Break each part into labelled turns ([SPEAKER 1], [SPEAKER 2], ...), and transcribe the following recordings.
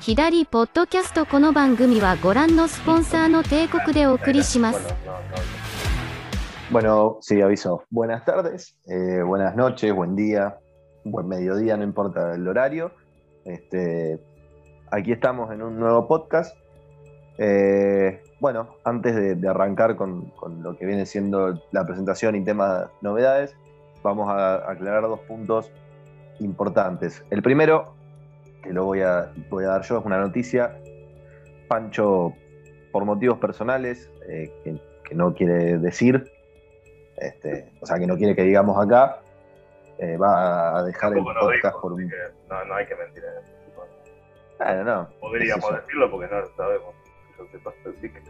[SPEAKER 1] 左ポッドキャストこの番組はご覧のスポンサーの帝国でお送りします
[SPEAKER 2] Bueno, sí, aviso. Buenas tardes, eh, buenas noches, buen día, buen mediodía, no importa el horario. Este, aquí estamos en un nuevo podcast. Eh, bueno, antes de, de arrancar con, con lo que viene siendo la presentación y temas novedades, vamos a aclarar dos puntos importantes. El primero, que lo voy a, voy a dar yo, es una noticia. Pancho, por motivos personales, eh, que, que no quiere decir, este, o sea, que no quiere que digamos acá, eh, va a dejar el
[SPEAKER 3] Tampoco lo
[SPEAKER 2] podcast
[SPEAKER 3] dijo,
[SPEAKER 2] por
[SPEAKER 3] así
[SPEAKER 2] un...
[SPEAKER 3] que no, no hay que mentir en este tipo.
[SPEAKER 2] Claro, no.
[SPEAKER 3] Podríamos
[SPEAKER 2] eso.
[SPEAKER 3] decirlo porque no lo sabemos. Yo sepa, así que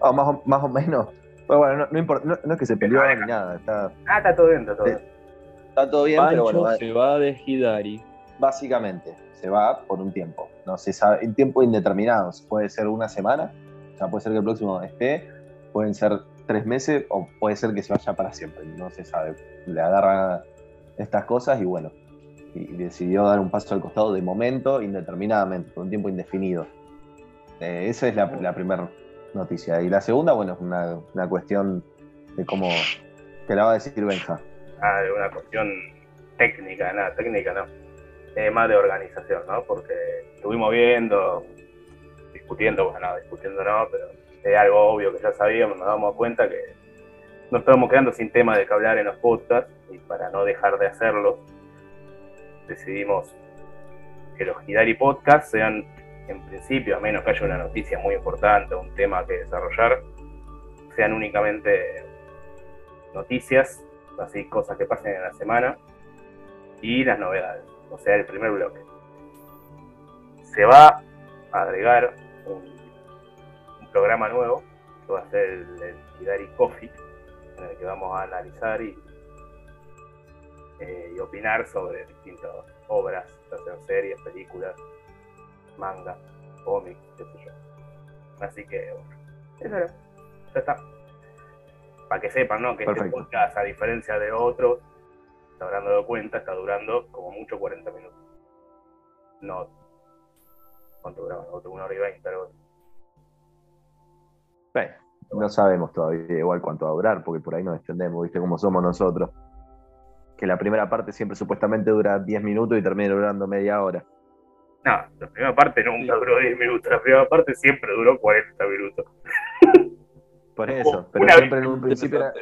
[SPEAKER 2] Ah, más, o, más o menos. Pero bueno, no, no importa, no, no es que se peleó ni nada, está,
[SPEAKER 3] Ah, está todo bien, está todo
[SPEAKER 2] Sí.
[SPEAKER 3] bien.
[SPEAKER 2] está todo bien, pero
[SPEAKER 4] Pancho
[SPEAKER 2] bueno, va-
[SPEAKER 4] se va de Hidari.
[SPEAKER 2] básicamente se va por un tiempo. No se sabe, en tiempo indeterminado. Puede ser una semana, o sea, puede ser que el próximo esté, pueden ser tres meses o puede ser que se vaya para siempre. No se sabe. Le agarra estas cosas y bueno, y decidió dar un paso al costado de momento, indeterminadamente, por un tiempo indefinido. Eh, esa es la, primera noticia. Y la segunda, bueno, es una, una cuestión de cómo te la va a decir Benja.
[SPEAKER 3] Ah, es una cuestión técnica, nada, técnica no. Eh, más de organización, ¿no? Porque estuvimos viendo, discutiendo, bueno, discutiendo no, pero es algo obvio que ya sabíamos, nos damos cuenta que nos estábamos quedando sin tema de que hablar en los podcasts y para no dejar de hacerlo, decidimos que los Hidari Podcast sean, en principio, a menos que haya una noticia muy importante, un tema que desarrollar, sean únicamente noticias así cosas que pasen en la semana y las novedades, o sea, el primer bloque. Se va a agregar un, un programa nuevo que va a ser el, el Hidari Coffee, en el que vamos a analizar y, eh, y opinar sobre distintas obras, ya sean series, películas, manga, cómics, qué sé yo. Así que, bueno, eso era. Ya está. Para que sepan, ¿no? Que
[SPEAKER 2] Perfecto.
[SPEAKER 3] este podcast, a diferencia de otros, se habrán dado cuenta, está durando como mucho 40 minutos. No. ¿Cuánto duraba? Otro, Una hora y veinte, algo así.
[SPEAKER 2] Bueno, no sabemos todavía igual cuánto va a durar, porque por ahí nos extendemos, ¿viste? Como somos nosotros. Que la primera parte siempre supuestamente dura 10 minutos y termina durando media hora.
[SPEAKER 3] No, la primera parte nunca duró 10 minutos, la primera parte siempre duró 40 minutos.
[SPEAKER 2] Por eso,
[SPEAKER 3] Oh,
[SPEAKER 2] pero
[SPEAKER 3] una
[SPEAKER 2] siempre en un principio era, la,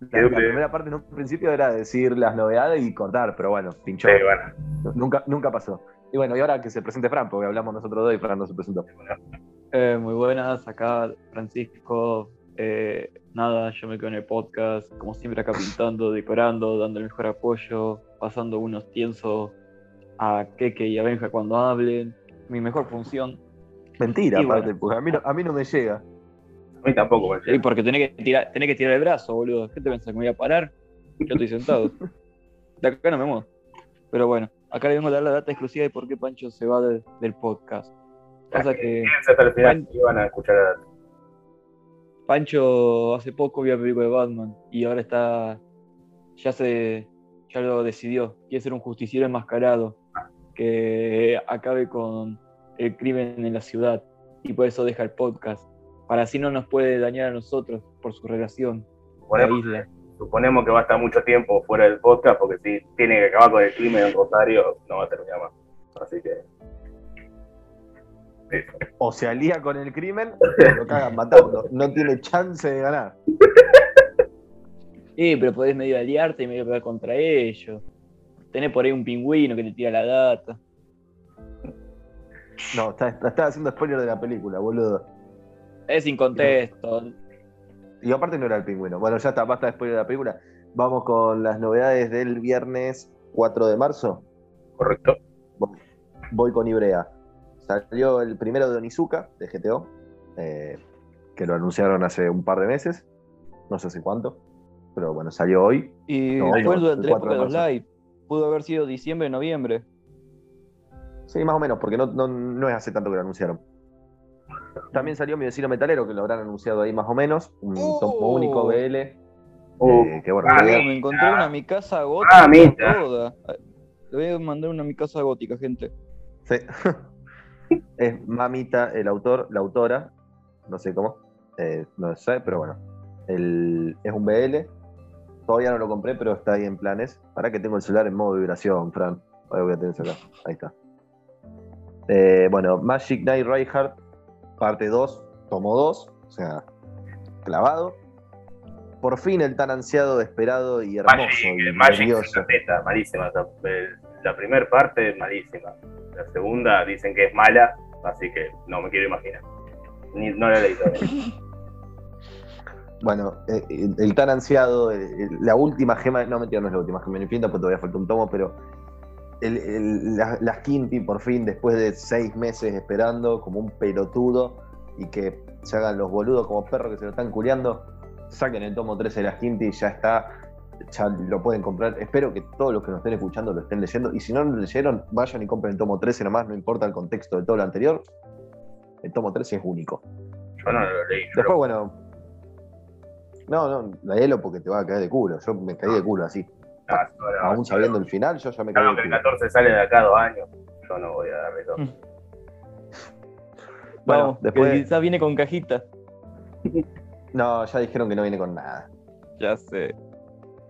[SPEAKER 2] la
[SPEAKER 3] Creo que-
[SPEAKER 2] primera parte en un principio era decir las novedades y cortar, pero bueno, pinchó.
[SPEAKER 3] Pero bueno,
[SPEAKER 2] Nunca, nunca pasó. Y bueno, y ahora que se presente Fran, porque hablamos nosotros dos y Fran no se presentó.
[SPEAKER 4] Eh, muy buenas, acá Francisco. Eh, nada, yo me quedo en el podcast, como siempre acá pintando, decorando, dando el mejor apoyo, pasando unos tienzos a Keke y a Benja cuando hablen. Mi mejor función.
[SPEAKER 2] Mentira,
[SPEAKER 4] Y bueno.
[SPEAKER 2] aparte, porque a mí, no, a mí no me llega.
[SPEAKER 3] a mí tampoco me
[SPEAKER 4] Sí,
[SPEAKER 3] llega.
[SPEAKER 4] eh, porque tenés que, tirar, tenés que tirar el brazo, boludo. ¿Qué te pensás? ¿Que me voy a parar? Yo estoy sentado. De acá no me muevo. Pero bueno, acá le vengo a dar la data exclusiva de por qué Pancho se va del- del podcast. Pasa que
[SPEAKER 3] Quédense hasta el final y van a escuchar a
[SPEAKER 4] Pancho hace poco vio la película de Batman y ahora está. Ya se. Ya lo decidió. Quiere ser un justiciero enmascarado que acabe con el crimen en la ciudad. Y por eso deja el podcast. Para así no nos puede dañar a nosotros por su relación con la
[SPEAKER 3] suponemos,
[SPEAKER 4] isla.
[SPEAKER 3] suponemos que va a estar mucho tiempo fuera del podcast porque si tiene que acabar con el crimen en Rosario, no va a terminar más. Así que. Eso.
[SPEAKER 2] O se alía con el crimen, o lo cagan matando. No tiene chance de ganar.
[SPEAKER 4] Eh, pero podés medio aliarte y medio pegar contra ellos. Tenés por ahí un pingüino que te tira la data.
[SPEAKER 2] No, está, está- está haciendo spoiler de la película, boludo.
[SPEAKER 4] Es sin contexto.
[SPEAKER 2] Y aparte no era el pingüino. Bueno, ya está, basta después de la película. Vamos con las novedades del viernes 4 de marzo.
[SPEAKER 3] Correcto.
[SPEAKER 2] Voy con Ibrea. Salió el primero de Onizuka, de GTO, eh, que lo anunciaron hace un par de meses. No sé hace cuánto. Pero bueno, salió hoy.
[SPEAKER 4] Y
[SPEAKER 2] No,
[SPEAKER 4] fue
[SPEAKER 2] no,
[SPEAKER 4] durante
[SPEAKER 2] el 4
[SPEAKER 4] la época
[SPEAKER 2] de
[SPEAKER 4] de los
[SPEAKER 2] marzo.
[SPEAKER 4] live. Pudo haber sido diciembre, noviembre.
[SPEAKER 2] Sí, más o menos, porque no, no, no es hace tanto que lo anunciaron. También salió mi vecino metalero, que lo habrán anunciado ahí más o menos. Un
[SPEAKER 4] Oh.
[SPEAKER 2] tomo único BL. eh,
[SPEAKER 3] Uh,
[SPEAKER 2] que bueno,
[SPEAKER 3] Ah,
[SPEAKER 2] voy a-
[SPEAKER 3] mira.
[SPEAKER 4] me encontré una a mi casa gótica.
[SPEAKER 3] Ah, mira.
[SPEAKER 4] toda. Le voy a mandar una a mi casa gótica, gente.
[SPEAKER 2] Sí. Es Mamita, el autor, la autora, no sé cómo, eh, no sé, pero bueno. El- es un BL. Todavía no lo compré, pero está ahí en planes. Para que tengo el celular en modo vibración, Fran. Ahora voy a tener acá. Ahí está. Eh, bueno, Magic Knight Reinhardt, parte 2, tomo 2, o sea, clavado. Por fin el tan ansiado, esperado y hermoso y
[SPEAKER 3] Magic, Magic es
[SPEAKER 2] glorioso.
[SPEAKER 3] una teta, malísima. eh, La, primera parte es malísima. La segunda dicen que es mala, así que no me quiero imaginar. Ni, no la eh. leí todavía.
[SPEAKER 2] Bueno, eh, el, el tan ansiado, el- el- la última gema, no mentira, no es la última gema infinita, porque todavía falta un tomo, pero el, el- la, la Skinty por fin, después de seis meses esperando, como un pelotudo, y que se hagan los boludos como perros que se lo están culeando, saquen el tomo 13 de la Skinty, ya está, ya lo pueden comprar. Espero que todos los que nos estén escuchando lo estén leyendo, y si no lo leyeron, vayan y compren el tomo 13 nomás, no importa el contexto de todo lo anterior, el tomo 13 es único.
[SPEAKER 3] Yo no lo leí. yo
[SPEAKER 2] Después, bueno. No, no, la hielo porque te va a caer de culo. Yo me caí de culo así.
[SPEAKER 3] lo- no, no, no,
[SPEAKER 2] Aún
[SPEAKER 3] no,
[SPEAKER 2] sabiendo
[SPEAKER 3] no,
[SPEAKER 2] el final, yo ya me caí
[SPEAKER 3] Claro
[SPEAKER 2] de
[SPEAKER 3] que el
[SPEAKER 2] culo.
[SPEAKER 3] 14 sale de acá a dos años. Yo no voy a darle
[SPEAKER 2] Mm.
[SPEAKER 3] todo.
[SPEAKER 2] Bueno,
[SPEAKER 4] Vamos, que
[SPEAKER 2] después-
[SPEAKER 4] quizás viene con cajita.
[SPEAKER 2] No, ya dijeron que no viene con nada.
[SPEAKER 4] Ya sé.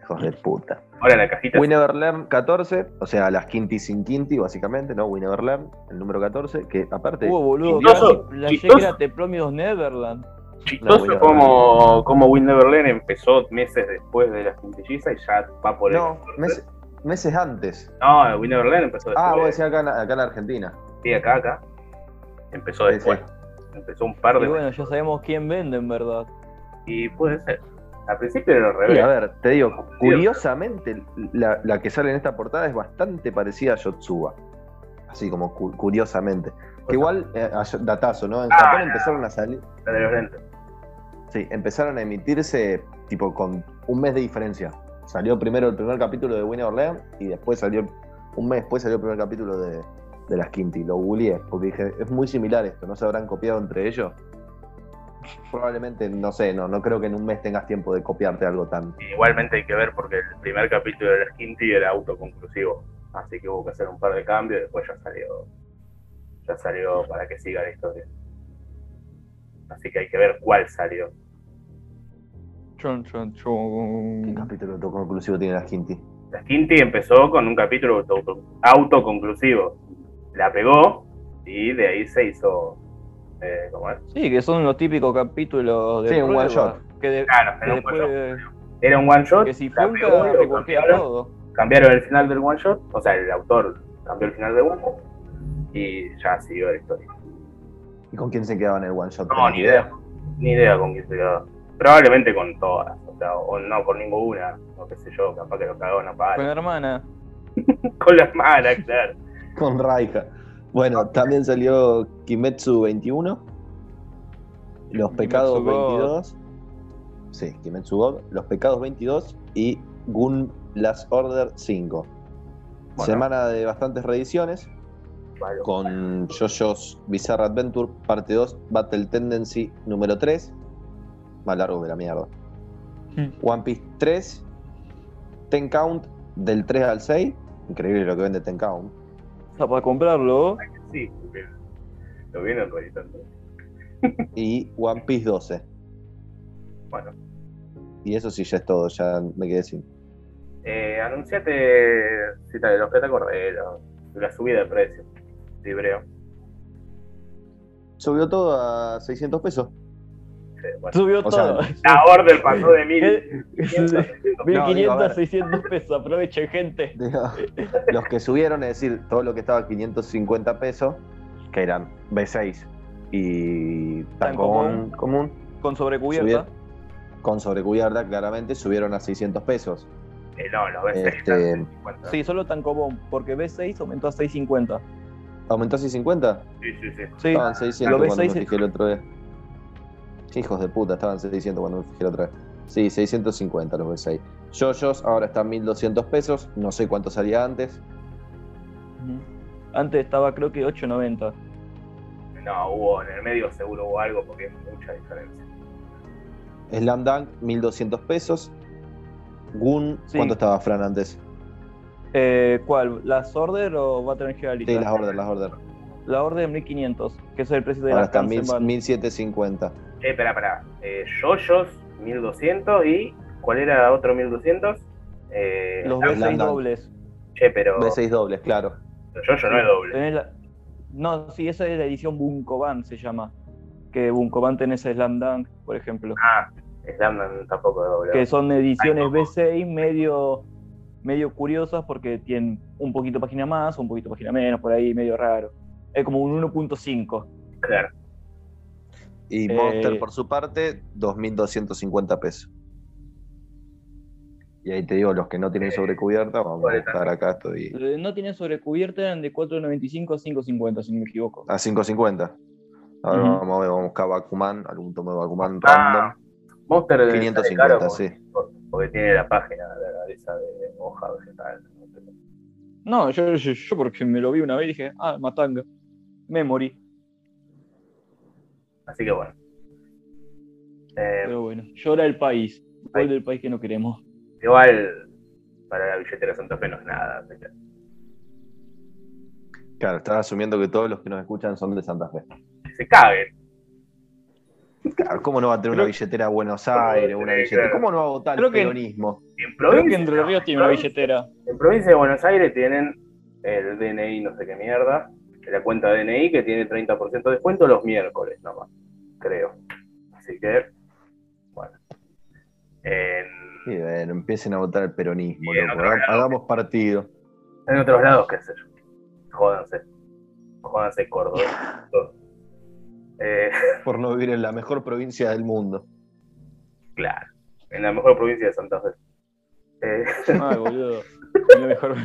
[SPEAKER 2] Hijos de puta.
[SPEAKER 3] Ahora la cajita
[SPEAKER 2] We Never Learn 14, o sea, las Quinty sin Quinty, básicamente, ¿no? We Never Learn, el número 14, que aparte.
[SPEAKER 4] Uh, boludo,
[SPEAKER 3] Chistoso,
[SPEAKER 4] la
[SPEAKER 3] chistoso.
[SPEAKER 4] era te promios Neverland.
[SPEAKER 3] es chistoso
[SPEAKER 2] buena-
[SPEAKER 3] como, como Will Neverland empezó meses después de la quintilliza y ya va por el.
[SPEAKER 2] No, meses, meses antes.
[SPEAKER 3] No, Will Neverland empezó después.
[SPEAKER 2] Ah, vos decís acá, en- acá en Argentina.
[SPEAKER 3] Sí, acá, acá. Empezó
[SPEAKER 2] Sí,
[SPEAKER 3] después. Empezó un par de
[SPEAKER 4] Y bueno, ya sabemos quién vende en verdad.
[SPEAKER 3] Y puede ser. Al principio era al
[SPEAKER 2] Sí,
[SPEAKER 3] revés.
[SPEAKER 2] a ver, te digo, curiosamente, la, la que sale en esta portada es bastante parecida a Yotsuba. Así como cu- curiosamente. Que igual, eh, a Yo- datazo, ¿no? En
[SPEAKER 3] Ah,
[SPEAKER 2] Japón
[SPEAKER 3] no.
[SPEAKER 2] empezaron a salir.
[SPEAKER 3] la de los lentes.
[SPEAKER 2] Sí, empezaron a emitirse tipo con un mes de diferencia. Salió primero el primer capítulo de Winner Orleans y después salió, un mes después salió el primer capítulo de, de las Quinty. Lo googleé porque dije, es muy similar esto, ¿no se habrán copiado entre ellos? Probablemente, no sé, no, no creo que en un mes tengas tiempo de copiarte algo tan
[SPEAKER 3] Igualmente hay que ver porque el primer capítulo de la Quinti era autoconclusivo. Así que hubo que hacer un par de cambios y después ya salió. Ya salió para que siga la historia. Así que hay que ver cuál salió.
[SPEAKER 4] Chon, chon,
[SPEAKER 2] ¿Qué
[SPEAKER 4] chon.
[SPEAKER 2] capítulo autoconclusivo tiene las Quinty?
[SPEAKER 3] La Quinti empezó con un capítulo auto- auto- autoconclusivo. La pegó y de ahí se hizo. Eh, ¿Cómo es?
[SPEAKER 4] Sí, que son los típicos capítulos de
[SPEAKER 2] Sí, un
[SPEAKER 4] prueba,
[SPEAKER 2] one
[SPEAKER 4] Que, de-
[SPEAKER 3] Claro,
[SPEAKER 4] que
[SPEAKER 3] era Ah, un
[SPEAKER 4] después,
[SPEAKER 3] one shot. Era un one shot.
[SPEAKER 4] que si
[SPEAKER 3] la
[SPEAKER 4] funca,
[SPEAKER 3] pegó, lo
[SPEAKER 4] te golpea
[SPEAKER 3] cambiaron.
[SPEAKER 4] todo.
[SPEAKER 3] cambiaron el final del one shot, o sea, el autor cambió el final del one shot y ya siguió la historia.
[SPEAKER 2] ¿Y con quién se quedaba en el one shot?
[SPEAKER 3] No, ni idea. Ni idea con quién se quedó. Probablemente con todas, o sea, o no con ninguna, o qué sé yo, capaz que lo cagaron a
[SPEAKER 4] Con
[SPEAKER 3] palo.
[SPEAKER 4] la hermana.
[SPEAKER 3] Con las malas, claro.
[SPEAKER 2] Con Raija. Bueno, también salió Kimetsu 21, Los
[SPEAKER 4] Kimetsu
[SPEAKER 2] Pecados
[SPEAKER 4] God.
[SPEAKER 2] 22. Sí, Kimetsu God, Los Pecados 22 y Gun Last Order 5.
[SPEAKER 3] Bueno.
[SPEAKER 2] Semana de bastantes reediciones
[SPEAKER 3] Vale.
[SPEAKER 2] con JoJo's Bizarre Adventure, parte 2, Battle Tendency número 3. Más largo que la mierda.
[SPEAKER 4] Hmm.
[SPEAKER 2] One Piece 3, Ten Count del 3 al 6. Increíble lo que vende Ten Count.
[SPEAKER 4] Está para comprarlo.
[SPEAKER 3] Sí, lo vieron- lo vieron reeditando.
[SPEAKER 2] Y One Piece 12.
[SPEAKER 3] Bueno,
[SPEAKER 2] Y eso sí ya es todo, ya me quedé sin.
[SPEAKER 3] eh, anunciate cita de los que te acordé, la, la subida de precio, libreo.
[SPEAKER 2] Subió todo a 600 pesos.
[SPEAKER 3] Sí, bueno.
[SPEAKER 4] Subió
[SPEAKER 2] O sea,
[SPEAKER 4] todo.
[SPEAKER 3] La order pasó de mil.
[SPEAKER 4] ¿Qué?
[SPEAKER 3] 1500.
[SPEAKER 4] 1500,
[SPEAKER 2] a ver.
[SPEAKER 4] 600 pesos. Aprovechen, gente.
[SPEAKER 2] Digo, Los que subieron, es decir, todo lo que estaba a 550 pesos, que eran B6 y tan
[SPEAKER 4] Tan
[SPEAKER 2] común, común,
[SPEAKER 4] Con sobrecubierta.
[SPEAKER 2] con sobrecubierta, claramente subieron a 600 pesos.
[SPEAKER 3] Eh, no, los ves.
[SPEAKER 2] Este,
[SPEAKER 4] Sí, solo Tancobón, porque B6 aumentó a 650.
[SPEAKER 2] ¿Aumentó a 650?
[SPEAKER 3] Sí, sí, sí.
[SPEAKER 4] Sí,
[SPEAKER 2] Estaban 600
[SPEAKER 4] Lo
[SPEAKER 2] cuando me
[SPEAKER 4] B6
[SPEAKER 2] fijé la otra vez. Hijos de puta, estaban 600 cuando me fijé la otra vez. Sí, 650 los B6. Yoyos ahora están 1200 pesos, no sé cuánto salía antes.
[SPEAKER 4] Ujú. Antes estaba creo que 890.
[SPEAKER 3] No, hubo en el medio seguro hubo algo porque es mucha diferencia.
[SPEAKER 2] Slam Dunk, 1200 pesos. Gun,
[SPEAKER 4] Sí.
[SPEAKER 2] ¿cuánto estaba Fran antes?
[SPEAKER 4] Eh, ¿Cuál? ¿Las Order o Battle Angelica?
[SPEAKER 2] Sí, las order, las order.
[SPEAKER 4] la orden 1500, que es el precio de
[SPEAKER 2] Ahora
[SPEAKER 4] la
[SPEAKER 2] está
[SPEAKER 4] Hansen
[SPEAKER 2] mil-
[SPEAKER 4] Band.
[SPEAKER 2] 1750.
[SPEAKER 3] Eh, espera, espera. Eh, Yoyos, 1200 y. ¿Cuál era otro 1200? Eh,
[SPEAKER 4] Los
[SPEAKER 3] ah,
[SPEAKER 2] ves-
[SPEAKER 4] B6
[SPEAKER 2] Landon.
[SPEAKER 4] dobles.
[SPEAKER 3] che, pero.
[SPEAKER 2] B6 dobles, claro.
[SPEAKER 3] Los Yoyos no es doble.
[SPEAKER 4] Tenés la- No, sí, esa es la edición Bunkoban, se llama. Que Bunkoban tenés Slam Dunk, por ejemplo.
[SPEAKER 3] Ah, Slam tampoco es doble.
[SPEAKER 4] Que son ediciones B6 medio, medio curiosas porque tienen un poquito página más, un poquito página menos, por ahí medio raro. Es como un 1.5.
[SPEAKER 3] Claro.
[SPEAKER 2] Y
[SPEAKER 4] Eh,
[SPEAKER 2] Monster, por su parte, 2.250 pesos. Y ahí te digo, los que no tienen
[SPEAKER 3] Eh,
[SPEAKER 2] sobrecubierta, vamos a
[SPEAKER 3] cuarenta.
[SPEAKER 2] estar acá estoy
[SPEAKER 4] Eh, No tienen sobrecubierta, eran de 4.95 a 5.50, si no me equivoco.
[SPEAKER 2] a 5.50. Ahora
[SPEAKER 4] Ujú.
[SPEAKER 2] vamos a ver, vamos a buscar Bakuman, algún tomo de Bakuman random.
[SPEAKER 3] Ah, Monster debe estar de
[SPEAKER 2] 550,
[SPEAKER 3] caro,
[SPEAKER 2] sí.
[SPEAKER 3] porque- Porque tiene la página de, esa de hoja vegetal. ¿no? Pero-
[SPEAKER 4] No, yo, yo, yo porque me lo vi una vez y dije, ah, Matanga. Memory.
[SPEAKER 3] Así que bueno. Eh,
[SPEAKER 4] Pero bueno, llora el país. Gol del país que no queremos.
[SPEAKER 3] Igual para la billetera Santa Fe no es nada. así que-
[SPEAKER 2] Claro, estás asumiendo que todos los que nos escuchan son de Santa Fe.
[SPEAKER 3] que Se caguen.
[SPEAKER 2] Claro, ¿cómo no va a tener una
[SPEAKER 4] Creo-
[SPEAKER 2] billetera a Buenos Aires, una
[SPEAKER 3] Sí,
[SPEAKER 2] billetera?
[SPEAKER 3] claro.
[SPEAKER 2] ¿Cómo no va a votar el
[SPEAKER 4] Creo que-
[SPEAKER 2] peronismo?
[SPEAKER 3] En
[SPEAKER 4] Creo que
[SPEAKER 3] provincia,
[SPEAKER 4] Entre Ríos tiene una
[SPEAKER 3] provincia-
[SPEAKER 4] billetera.
[SPEAKER 3] En provincia de Buenos Aires tienen el DNI, no sé qué mierda. que La cuenta DNI que tiene 30% de descuento los miércoles nomás, creo. Así que, bueno. En,
[SPEAKER 2] Y bueno, empiecen a votar el peronismo,
[SPEAKER 3] Y en
[SPEAKER 2] loco.
[SPEAKER 3] otro
[SPEAKER 2] Haga- Hagamos partido.
[SPEAKER 3] en otros lados, qué sé yo. Jódanse. Jódanse Córdoba. Todo. Eh,
[SPEAKER 2] Por no vivir en la mejor provincia del mundo.
[SPEAKER 3] claro. En la mejor provincia de Santa Fe. Eh,
[SPEAKER 4] Ay, Ah, boludo. Lo mejor.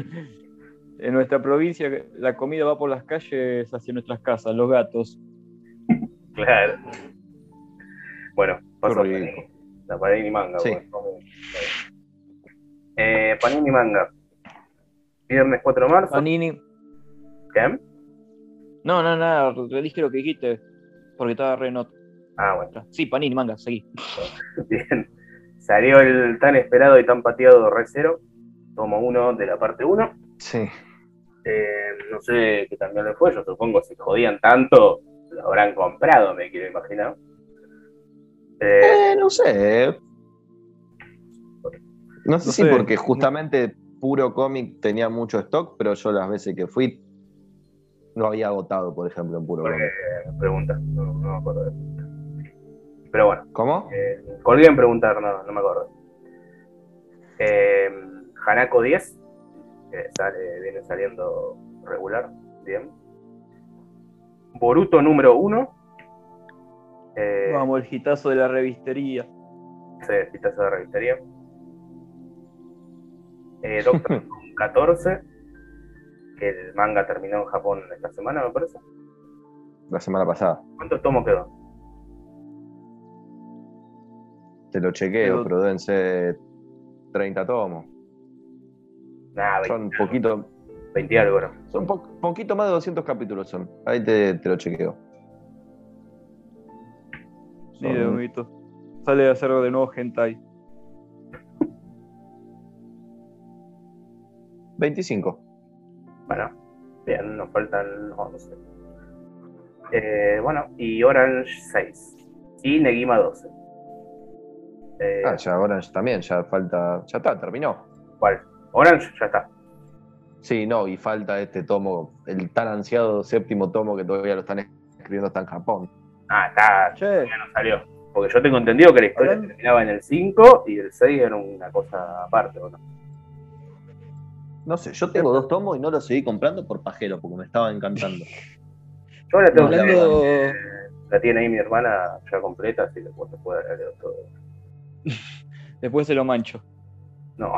[SPEAKER 4] En nuestra provincia la comida va por las calles hacia nuestras casas, los gatos.
[SPEAKER 3] Claro. Bueno, paso a
[SPEAKER 2] rico.
[SPEAKER 3] Panini. La Panini Manga.
[SPEAKER 2] Sí.
[SPEAKER 3] bueno, vamos. Eh, Panini Manga. Viernes 4 de marzo.
[SPEAKER 4] Panini.
[SPEAKER 3] ¿Qué?
[SPEAKER 4] No, no, nada, redije lo que dijiste. Porque estaba re en otra.
[SPEAKER 3] Ah, bueno,
[SPEAKER 4] Sí, Panini, manga, seguí.
[SPEAKER 3] bien. Salió el tan esperado y tan pateado Re Zero, tomo 1 de la parte 1.
[SPEAKER 2] Sí.
[SPEAKER 3] no sé qué también le fue, yo supongo, si jodían tanto, lo habrán comprado, me quiero imaginar. Eh,
[SPEAKER 2] Eh, no sé. No sé
[SPEAKER 4] No
[SPEAKER 2] si
[SPEAKER 4] sé.
[SPEAKER 2] porque justamente puro cómic tenía mucho stock, pero yo las veces que fui no había agotado, por ejemplo, en puro
[SPEAKER 3] Porque-
[SPEAKER 2] cómic.
[SPEAKER 3] pregunta, no, no me acuerdo de eso. Pero bueno.
[SPEAKER 2] ¿Cómo?
[SPEAKER 3] Eh, colgué en preguntar, no, no me acuerdo. Eh, Hanako 10, que sale, viene saliendo regular, bien. Boruto número 1. Eh,
[SPEAKER 4] Vamos, el hitazo de la revistería.
[SPEAKER 3] se pitazo de revistería. Eh, Doctor Stone 14, que el manga terminó en Japón esta semana, me parece.
[SPEAKER 2] La semana pasada.
[SPEAKER 3] ¿Cuántos tomos quedó?
[SPEAKER 2] Te lo chequeo,
[SPEAKER 4] Pero-
[SPEAKER 2] pero deben ser 30 tomos.
[SPEAKER 3] Nada,
[SPEAKER 2] Son
[SPEAKER 3] 20,
[SPEAKER 2] poquito,
[SPEAKER 3] 20 algo, ¿no?
[SPEAKER 2] son po- poquito más de 200 capítulos son. Ahí te, te lo chequeo.
[SPEAKER 4] Sí, de humito. Sale a hacer de nuevo hentai.
[SPEAKER 2] 25.
[SPEAKER 3] Bueno, bien, nos faltan 11. Eh, bueno, y Orange 6. Y Negima 12. Eh,
[SPEAKER 2] Ah, ya Orange también, ya falta. Ya está, terminó.
[SPEAKER 3] ¿Cuál? Orange ya está.
[SPEAKER 2] Sí, no, y falta este tomo, el tan ansiado séptimo tomo que todavía lo están escribiendo hasta en Japón.
[SPEAKER 3] Ah, está,
[SPEAKER 4] Che,
[SPEAKER 3] ya no salió. Porque yo tengo entendido que la historia
[SPEAKER 4] Hablando-
[SPEAKER 3] terminaba en el 5 y el 6 era una cosa aparte, ¿o no?
[SPEAKER 2] No sé, yo tengo dos tomos y no los seguí comprando por pajero, porque me estaba encantando.
[SPEAKER 3] Yo ahora tengo la,
[SPEAKER 4] hablando.
[SPEAKER 3] la tiene ahí mi hermana ya completa, así que después te puedo leer todo.
[SPEAKER 4] Después se lo mancho.
[SPEAKER 3] No,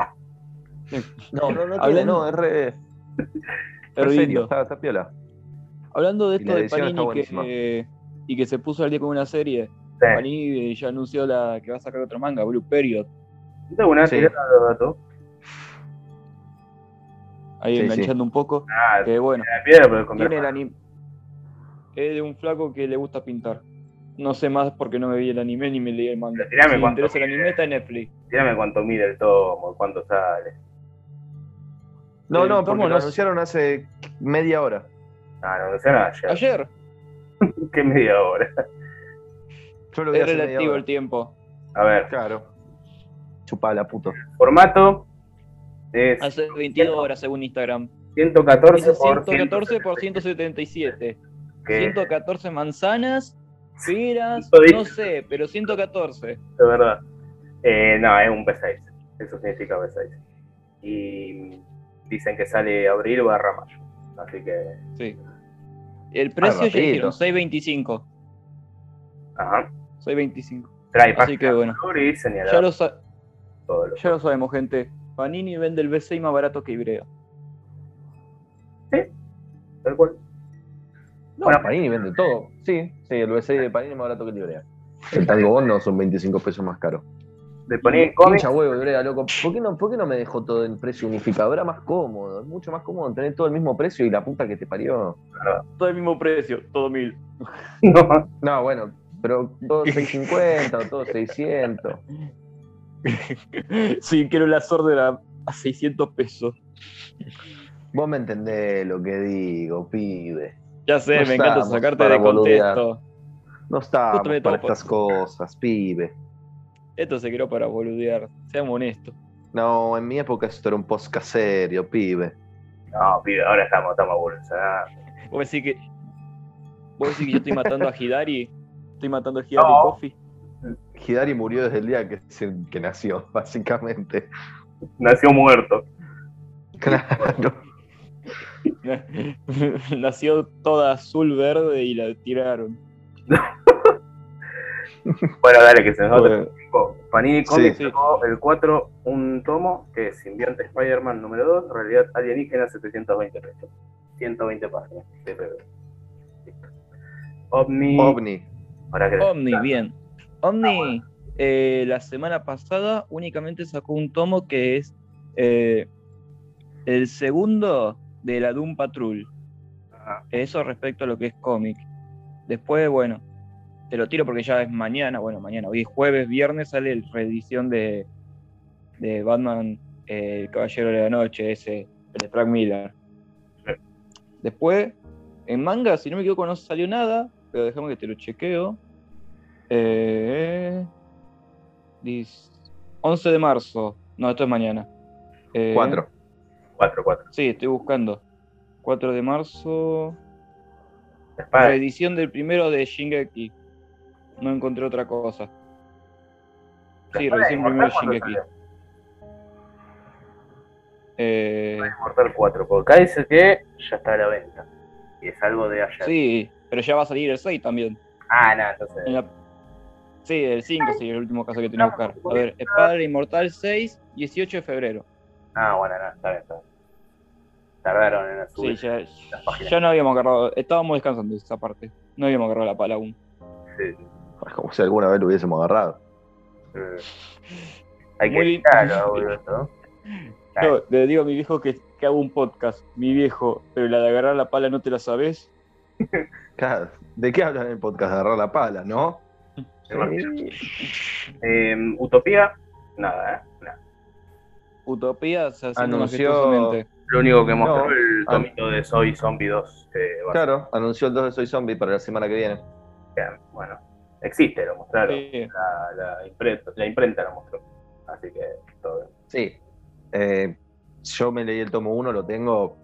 [SPEAKER 2] No, no, no, tiene,
[SPEAKER 4] Hablando-
[SPEAKER 2] no, es re, es re
[SPEAKER 4] Pero
[SPEAKER 2] serio,
[SPEAKER 4] lindo.
[SPEAKER 2] está, está piola.
[SPEAKER 4] Hablando de
[SPEAKER 2] Y la
[SPEAKER 4] esto de
[SPEAKER 2] edición está
[SPEAKER 4] Panini
[SPEAKER 2] buenísima.
[SPEAKER 4] que, y que se puso al día con una serie,
[SPEAKER 3] sí.
[SPEAKER 4] Panini ya anunció la que va a sacar otro manga, Blue Period.
[SPEAKER 3] ¿No tengo una
[SPEAKER 2] Sí.
[SPEAKER 3] tirada de datos?
[SPEAKER 4] Ahí
[SPEAKER 2] Sí, sí.
[SPEAKER 4] enganchando un poco.
[SPEAKER 3] Ah,
[SPEAKER 4] Que bueno,
[SPEAKER 3] la piedra, pero con
[SPEAKER 4] tiene el anime. Es de un flaco que le gusta pintar. No sé más porque no me vi el anime ni me leí el manga.
[SPEAKER 3] Pero tirame
[SPEAKER 4] Si me
[SPEAKER 3] cuánto
[SPEAKER 4] interesa el anime, está en Netflix.
[SPEAKER 3] Dígame cuánto mide el tomo, cuánto sale.
[SPEAKER 2] No,
[SPEAKER 4] El
[SPEAKER 2] no,
[SPEAKER 4] tomo
[SPEAKER 2] porque lo
[SPEAKER 4] no es-
[SPEAKER 2] anunciaron hace media hora.
[SPEAKER 3] No, Ah, no, no sé nada, ayer.
[SPEAKER 4] Ayer.
[SPEAKER 3] ¿Qué media hora?
[SPEAKER 2] Yo lo
[SPEAKER 4] Es
[SPEAKER 2] hacer media
[SPEAKER 4] relativo
[SPEAKER 2] hora.
[SPEAKER 4] el tiempo.
[SPEAKER 3] A ver,
[SPEAKER 2] Claro. Chupala, puto.
[SPEAKER 3] formato es
[SPEAKER 4] Hace 22 horas según Instagram.
[SPEAKER 3] 114
[SPEAKER 4] Hizo
[SPEAKER 3] por
[SPEAKER 4] 114 por 177.
[SPEAKER 3] que
[SPEAKER 4] 114 manzanas, piras,
[SPEAKER 3] Lo dije.
[SPEAKER 4] no sé, pero 114.
[SPEAKER 3] de verdad. Eh, no, es un B6. Eso significa B6. Y dicen que sale abril barra mayo. Así que,
[SPEAKER 4] Sí. El precio ya
[SPEAKER 2] rapidito.
[SPEAKER 4] dijeron 6.25.
[SPEAKER 3] ajá.
[SPEAKER 4] 6.25.
[SPEAKER 3] Trae
[SPEAKER 4] Así que
[SPEAKER 3] página
[SPEAKER 4] bueno.
[SPEAKER 3] de color y
[SPEAKER 4] Ya
[SPEAKER 3] señalador.
[SPEAKER 4] lo, sa-
[SPEAKER 3] Todo lo-
[SPEAKER 4] ya lo sabemos, gente. Panini vende el B6 más barato que Ibrea.
[SPEAKER 3] tal cual.
[SPEAKER 2] No, Ah.
[SPEAKER 3] Bueno.
[SPEAKER 2] Panini vende todo. Sí, sí, el B6 de Panini es más barato que el de Ibrea. El tango no son 25 pesos más caro.
[SPEAKER 3] De poner cómics,
[SPEAKER 2] Pincha huevo, Ibrea, loco. ¿Por qué, no, ¿Por qué no me dejó todo en precio unificado? Era más cómodo, es mucho más cómodo tener todo el mismo precio y la puta que te parió.
[SPEAKER 4] Todo el mismo precio, todo mil.
[SPEAKER 3] no.
[SPEAKER 2] No, bueno, pero todo 650 o todo 600.
[SPEAKER 4] sí, quiero la sordera a 600 pesos.
[SPEAKER 2] Vos me entendés lo que digo, pibe.
[SPEAKER 4] Ya sé,
[SPEAKER 2] No
[SPEAKER 4] me encanta
[SPEAKER 2] estamos
[SPEAKER 4] sacarte
[SPEAKER 2] para
[SPEAKER 4] de contexto.
[SPEAKER 2] No estamos
[SPEAKER 4] Justo me
[SPEAKER 2] para
[SPEAKER 4] topo.
[SPEAKER 2] estas cosas, pibe.
[SPEAKER 4] Esto se creó para boludear, seamos honestos.
[SPEAKER 2] No, en mi época esto era un podcast serio, pibe.
[SPEAKER 3] No, pibe, ahora estamos, estamos bolsa.
[SPEAKER 4] Vos decís que. Vos decís que yo estoy matando a Hidari. Estoy matando a Hidari
[SPEAKER 3] No.
[SPEAKER 4] Coffee.
[SPEAKER 2] Hidari murió desde el día que, se- que nació, básicamente.
[SPEAKER 3] Nació muerto.
[SPEAKER 2] Claro.
[SPEAKER 4] Nació toda azul verde y la tiraron.
[SPEAKER 3] Bueno, dale, que se nos
[SPEAKER 2] Bueno,
[SPEAKER 3] Oh, Panini Comics
[SPEAKER 4] Sí.
[SPEAKER 3] sacó el 4, un tomo que es Simbionte Spider-Man número 2, Realidad Alienígena 720 pesos. 120 páginas. de PB. Listo. Omni.
[SPEAKER 2] ovni.
[SPEAKER 3] Ahora que-
[SPEAKER 4] Omni, bien. Omni, eh, la semana pasada únicamente sacó un tomo que es eh, el segundo de la Doom Patrol.
[SPEAKER 3] Ah,
[SPEAKER 4] Eso respecto a lo que es cómic. Después, bueno, te lo tiro porque ya es mañana, bueno, mañana, hoy es jueves, viernes sale la reedición de, de Batman, eh, el Caballero de la Noche, ese, el de Frank Miller.
[SPEAKER 3] Sí.
[SPEAKER 4] Después, en manga, si no me equivoco, no salió nada, pero déjame que te lo chequeo. Eh, dis- 11 de marzo, no, esto es mañana. Eh,
[SPEAKER 2] Cuatro.
[SPEAKER 3] 4, 4.
[SPEAKER 4] Sí, estoy buscando. 4 de marzo.
[SPEAKER 3] Spider-
[SPEAKER 4] Reedición del primero de Shingeki. No encontré otra cosa. Sí,
[SPEAKER 3] Spider-
[SPEAKER 4] reedición primero de
[SPEAKER 3] Inmortal, ¿cuándo
[SPEAKER 4] Shingeki.
[SPEAKER 3] salió?
[SPEAKER 4] Eh,
[SPEAKER 3] Inmortal 4, porque acá dice que ya está a la venta. Y es algo de ayer.
[SPEAKER 4] sí, pero ya va a salir el 6 también.
[SPEAKER 3] Ah, nada, entonces.
[SPEAKER 4] En la- Sí, el 5 sería el último caso que tenía que buscar. A ver, Espada Inmortal 6, 18 de febrero.
[SPEAKER 3] Ah, bueno, nada, está bien, está bien. Tardaron en
[SPEAKER 4] Sí,
[SPEAKER 3] subir.
[SPEAKER 4] ya,
[SPEAKER 3] las páginas.
[SPEAKER 4] ya no habíamos agarrado. Estábamos descansando esa parte. No habíamos agarrado la pala aún.
[SPEAKER 3] Sí,
[SPEAKER 2] Es Como si alguna vez lo hubiésemos agarrado.
[SPEAKER 3] sí. Hay que
[SPEAKER 4] Muy-
[SPEAKER 3] evitarlo, boludo, ¿no?
[SPEAKER 4] Yo le digo a mi viejo que, que hago un podcast. Mi viejo, pero la de agarrar la pala no te la sabes.
[SPEAKER 2] Claro, ¿De qué hablan en el podcast? De agarrar la pala, ¿no?
[SPEAKER 3] Eh, Utopía, nada, ¿eh? Nada.
[SPEAKER 4] Utopía se hace
[SPEAKER 2] Anunció-
[SPEAKER 4] majestuosamente.
[SPEAKER 3] Lo único que mostró
[SPEAKER 2] No.
[SPEAKER 3] el
[SPEAKER 2] Ah.
[SPEAKER 3] tomito de Soy Zombie eh, 2. Que va a
[SPEAKER 2] Claro, anunció el 2 de Soy Zombie para la semana que viene.
[SPEAKER 3] ser, bueno, existe, lo mostraron.
[SPEAKER 4] Sí.
[SPEAKER 3] La, la imprenta, la imprenta lo mostró. Así que todo bien.
[SPEAKER 2] Sí. Eh, yo me leí el tomo 1, lo tengo.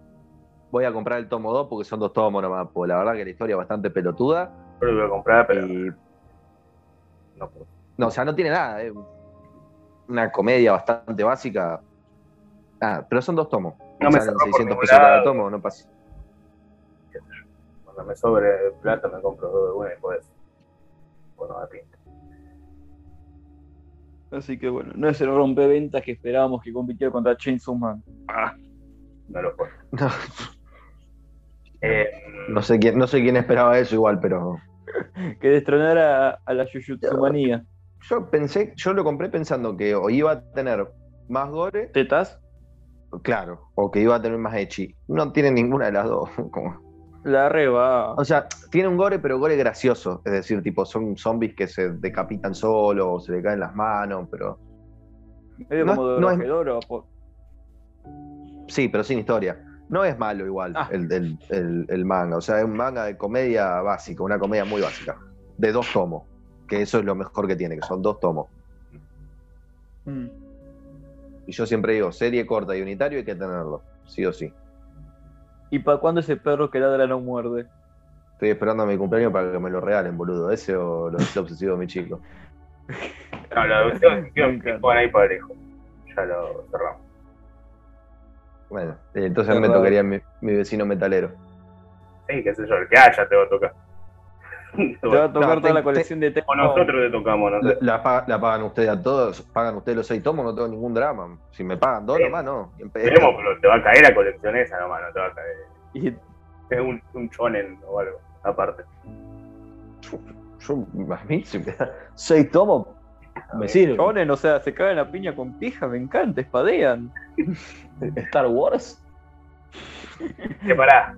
[SPEAKER 2] Voy a comprar el tomo 2 porque son dos tomos nomás. Porque la verdad que la historia es bastante pelotuda.
[SPEAKER 3] Yo lo iba a comprar, pero
[SPEAKER 2] Y.
[SPEAKER 3] no pude.
[SPEAKER 2] No, o sea, no tiene nada. Es una comedia bastante básica. Ah, pero son dos tomos.
[SPEAKER 3] No me
[SPEAKER 2] Salen
[SPEAKER 3] cerró por
[SPEAKER 2] 600
[SPEAKER 3] ningún
[SPEAKER 2] pesos cada
[SPEAKER 3] lado.
[SPEAKER 2] tomo, no pasa.
[SPEAKER 3] Cuando me sobre plata me compro dos de una y pues. Bueno, de pinta.
[SPEAKER 4] Así que bueno, no es el rompeventas que esperábamos que compitiera contra Chainsaw Man.
[SPEAKER 2] Ah.
[SPEAKER 3] No lo puedo.
[SPEAKER 2] No,
[SPEAKER 3] Eh,
[SPEAKER 2] no sé quién, no sé quién esperaba eso igual, pero.
[SPEAKER 4] Que destronara a, a la Jujutsumanía.
[SPEAKER 2] Yo pensé, yo lo compré pensando que o iba a tener más gore,
[SPEAKER 4] ¿Tetas?
[SPEAKER 2] claro, o que iba a tener más echi. No tiene ninguna de las dos. como-
[SPEAKER 4] La reba.
[SPEAKER 2] O sea, tiene un gore, pero gore gracioso. Es decir, tipo, son zombies que se decapitan solo o se le caen las manos, pero.
[SPEAKER 4] Medio
[SPEAKER 2] no-
[SPEAKER 4] como
[SPEAKER 2] no
[SPEAKER 4] de
[SPEAKER 2] es-
[SPEAKER 4] Rojedoro. po-
[SPEAKER 2] Sí, pero sin historia. No es malo igual
[SPEAKER 4] Ah.
[SPEAKER 2] el, el- el- el manga, o sea, es un manga de comedia básica, una comedia muy básica, de dos tomos, que eso es lo mejor que tiene, que son dos tomos.
[SPEAKER 4] Mm.
[SPEAKER 2] Y yo siempre digo, serie corta y unitario hay que tenerlo, sí o sí.
[SPEAKER 4] ¿Y para cuándo ese perro que ladra no muerde?
[SPEAKER 2] Estoy esperando a mi cumpleaños para que me lo regalen, boludo, ese o lo es obsesivo de mi chico.
[SPEAKER 3] No, la adopción
[SPEAKER 4] Nunca.
[SPEAKER 3] que ahí para el hijo. Ya lo cerramos.
[SPEAKER 2] Bueno, eh, entonces
[SPEAKER 4] Qué
[SPEAKER 2] me
[SPEAKER 4] raro.
[SPEAKER 2] tocaría mi, mi vecino metalero.
[SPEAKER 3] Sí, qué sé yo, el que haya te va a tocar. Te
[SPEAKER 4] Te
[SPEAKER 3] va
[SPEAKER 4] va
[SPEAKER 3] a-
[SPEAKER 4] a tocar
[SPEAKER 2] No,
[SPEAKER 4] toda
[SPEAKER 2] te-
[SPEAKER 4] la colección de
[SPEAKER 3] O
[SPEAKER 4] temas.
[SPEAKER 3] nosotros te tocamos, no
[SPEAKER 2] La,
[SPEAKER 3] sé.
[SPEAKER 2] la pa- la pagan ustedes a todos, pagan ustedes los seis tomos, no tengo ningún drama. Si me pagan dos
[SPEAKER 3] Sí.
[SPEAKER 2] nomás, no.
[SPEAKER 4] eh,
[SPEAKER 3] Veremos, pero te va a caer la colección esa nomás, no te va a caer.
[SPEAKER 4] Y
[SPEAKER 3] Es un, un chonen o algo, aparte.
[SPEAKER 2] Yo, a mí, si me dan seis tomos, me sirve.
[SPEAKER 4] Shonen, o sea, se cagan la piña con pija, me encanta, espadean.
[SPEAKER 5] Star Wars.
[SPEAKER 3] Que pará,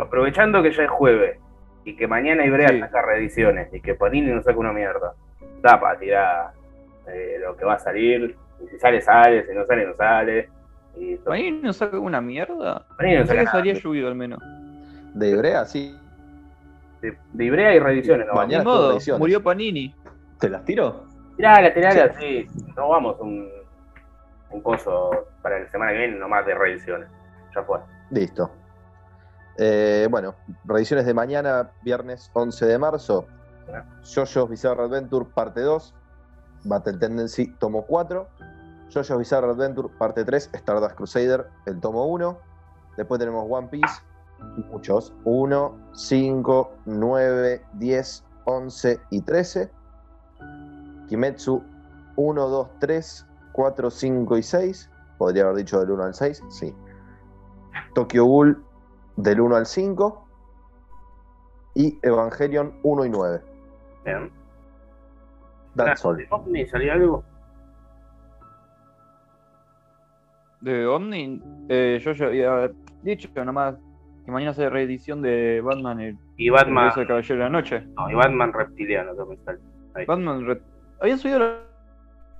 [SPEAKER 3] aprovechando que ya es jueves y que mañana Ibrea
[SPEAKER 4] Sí.
[SPEAKER 3] saca reediciones y que Panini no saca una mierda, da para tirar eh, lo que va a salir. y Si sale, sale, si no sale, no sale. Y to-
[SPEAKER 4] Panini no saca una mierda.
[SPEAKER 3] Panini no
[SPEAKER 4] Pensé
[SPEAKER 3] saca
[SPEAKER 4] que
[SPEAKER 3] nada.
[SPEAKER 4] salía lluvido al menos.
[SPEAKER 2] De Ibrea, sí.
[SPEAKER 3] De, de Ibrea y reediciones, no
[SPEAKER 2] Mañana-
[SPEAKER 4] Ni
[SPEAKER 2] Las
[SPEAKER 4] modo,
[SPEAKER 2] contradicciones.
[SPEAKER 4] murió Panini.
[SPEAKER 2] ¿Te las tiro?
[SPEAKER 3] vamos. Tirala, tirala, sí. No vamos un, un coso para la semana que viene nomás de reediciones. Ya fue.
[SPEAKER 2] Listo. Eh, bueno, revisiones de mañana, viernes 11 de marzo. Jojo's Bizarre Adventure, parte 2. Battle Tendency, tomo 4. Jojo's Bizarre Adventure, parte 3. Stardust Crusader, el tomo 1. Después tenemos One Piece, muchos. 1, 5, 9, 10, 11 y 13. Kimetsu, 1, 2, 3, 4, 5 y 6. Podría haber dicho del 1 al 6, sí. Tokyo Ghoul del 1 al 5 y Evangelion 1 y 9.
[SPEAKER 3] Bien.
[SPEAKER 2] That's all.
[SPEAKER 3] ¿De Omni salió algo?
[SPEAKER 4] De Omni, eh, yo ya había dicho nomás que mañana sale reedición de Batman, el
[SPEAKER 3] Y
[SPEAKER 4] Batman.
[SPEAKER 3] Batman,
[SPEAKER 4] El Caballero de la Noche.
[SPEAKER 3] no, y Batman reptiliano que me sale.
[SPEAKER 4] Batman. Red- Habían subido la,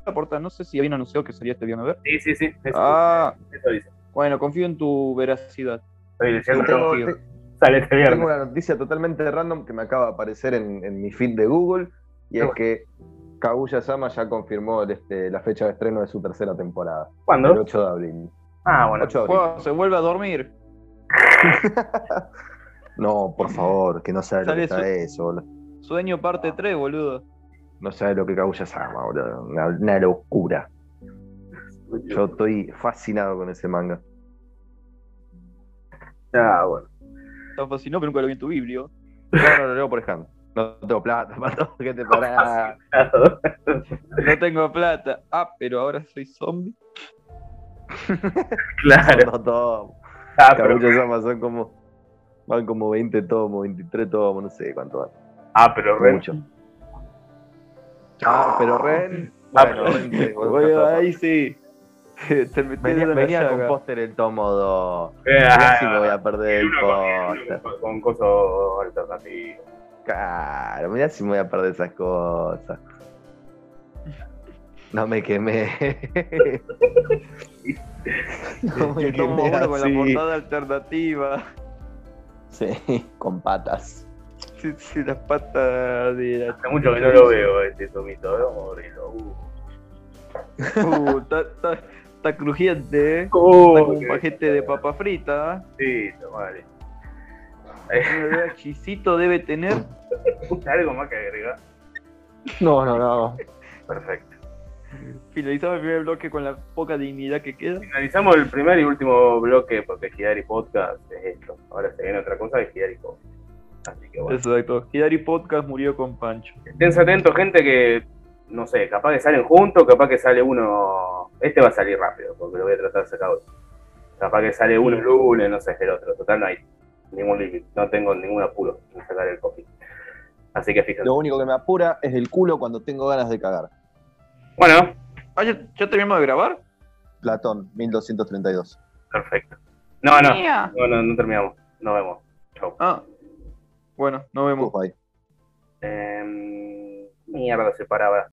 [SPEAKER 4] la portada, no sé si habían anunciado que salía este viernes. A ver.
[SPEAKER 3] Sí, sí, sí. Eso,
[SPEAKER 4] Ah,
[SPEAKER 3] eso dice.
[SPEAKER 4] bueno, confío en tu veracidad.
[SPEAKER 3] Estoy diciendo
[SPEAKER 4] Tengo-
[SPEAKER 3] que sale este viernes.
[SPEAKER 2] Tengo una noticia totalmente random que me acaba de aparecer en, en mi feed de Google y es que Kaguya Sama ya confirmó el, este, la fecha de estreno de su tercera temporada, el
[SPEAKER 3] ¿Cuándo?
[SPEAKER 2] 8 de abril.
[SPEAKER 3] Ah, bueno.
[SPEAKER 2] 8 de abril.
[SPEAKER 4] Juego, se vuelve a dormir.
[SPEAKER 2] No, por favor, que no sabe lo que
[SPEAKER 4] Sale
[SPEAKER 2] está eso, boludo.
[SPEAKER 4] Sueño parte 3, boludo.
[SPEAKER 2] No sabe lo que Kaguya Sama, boludo. Una, una locura. Yo estoy fascinado con ese manga.
[SPEAKER 3] Ah, bueno.
[SPEAKER 4] Está fascinado, pero nunca lo vi en tu biblio.
[SPEAKER 2] No, no lo leo por ejemplo. No tengo plata, pato, que te pará.
[SPEAKER 4] No tengo plata. Ah, pero ahora soy zombie.
[SPEAKER 3] claro.
[SPEAKER 2] Son dos tomos.
[SPEAKER 3] Ah, pero,
[SPEAKER 2] Kaguya Sama son como. Van como 20 tomos, 23 tomos, no sé cuánto van.
[SPEAKER 3] ah, pero re-
[SPEAKER 2] Mucho. Ah, pero Ren.
[SPEAKER 3] Ah,
[SPEAKER 2] bueno,
[SPEAKER 3] pero-
[SPEAKER 2] Ren sí, bueno,
[SPEAKER 4] Boludo,
[SPEAKER 2] capaz.
[SPEAKER 4] ahí sí. Te metí
[SPEAKER 2] Venía,
[SPEAKER 4] en la
[SPEAKER 2] venía con
[SPEAKER 4] llaga.
[SPEAKER 2] póster el tomo 2.
[SPEAKER 3] eh, ah,
[SPEAKER 2] si me voy a perder el
[SPEAKER 3] uno con-
[SPEAKER 2] póster.
[SPEAKER 3] con, con coso alternativo.
[SPEAKER 2] Claro, mirá si me voy a perder esas cosas. No me quemé. no
[SPEAKER 4] Y
[SPEAKER 2] me
[SPEAKER 4] el tomo
[SPEAKER 2] quemé
[SPEAKER 4] uno con la
[SPEAKER 2] así.
[SPEAKER 4] portada alternativa.
[SPEAKER 2] Sí, con patas.
[SPEAKER 4] Sí, sí, las patas de la
[SPEAKER 3] Hace mucho que no lo veo este tomito, ¿eh? Vamos a abrirlo. Uh.
[SPEAKER 4] Uh, está, está- está crujiente, eh. Está como
[SPEAKER 3] Oh,
[SPEAKER 4] un paquete de papa frita. ¿ah?
[SPEAKER 3] vale.
[SPEAKER 4] Un olor a chisito debe tener.
[SPEAKER 3] Algo más que agregar.
[SPEAKER 2] No, no, no.
[SPEAKER 3] Perfecto.
[SPEAKER 4] Finalizamos el primer bloque con la poca dignidad que queda.
[SPEAKER 3] Finalizamos el primer y último bloque porque Hidari Podcast es esto. Ahora se viene otra cosa de Hidari Podcast. Así que bueno.
[SPEAKER 4] Exacto. Hidari Podcast murió con Pancho.
[SPEAKER 3] Estén atentos, gente, que no sé, capaz que salen juntos, capaz que sale uno. Este va a salir rápido, porque lo voy a tratar de sacar hoy. Capaz que sale uno el lunes, no sé, el otro. Total, no hay ningún límite, no tengo ningún apuro en sacar el copy. Así que fíjense.
[SPEAKER 2] Lo único que me apura es el culo cuando tengo ganas de cagar.
[SPEAKER 3] Bueno,
[SPEAKER 4] Ah, ¿ya, ya terminamos de grabar?
[SPEAKER 2] Platón, 1232.
[SPEAKER 3] perfecto. No, no,
[SPEAKER 4] Mía.
[SPEAKER 3] no, no, no terminamos. Nos vemos. Chau.
[SPEAKER 4] Ah. Bueno, nos vemos.
[SPEAKER 2] Uf, ahí.
[SPEAKER 3] Em, mierda, se paraba.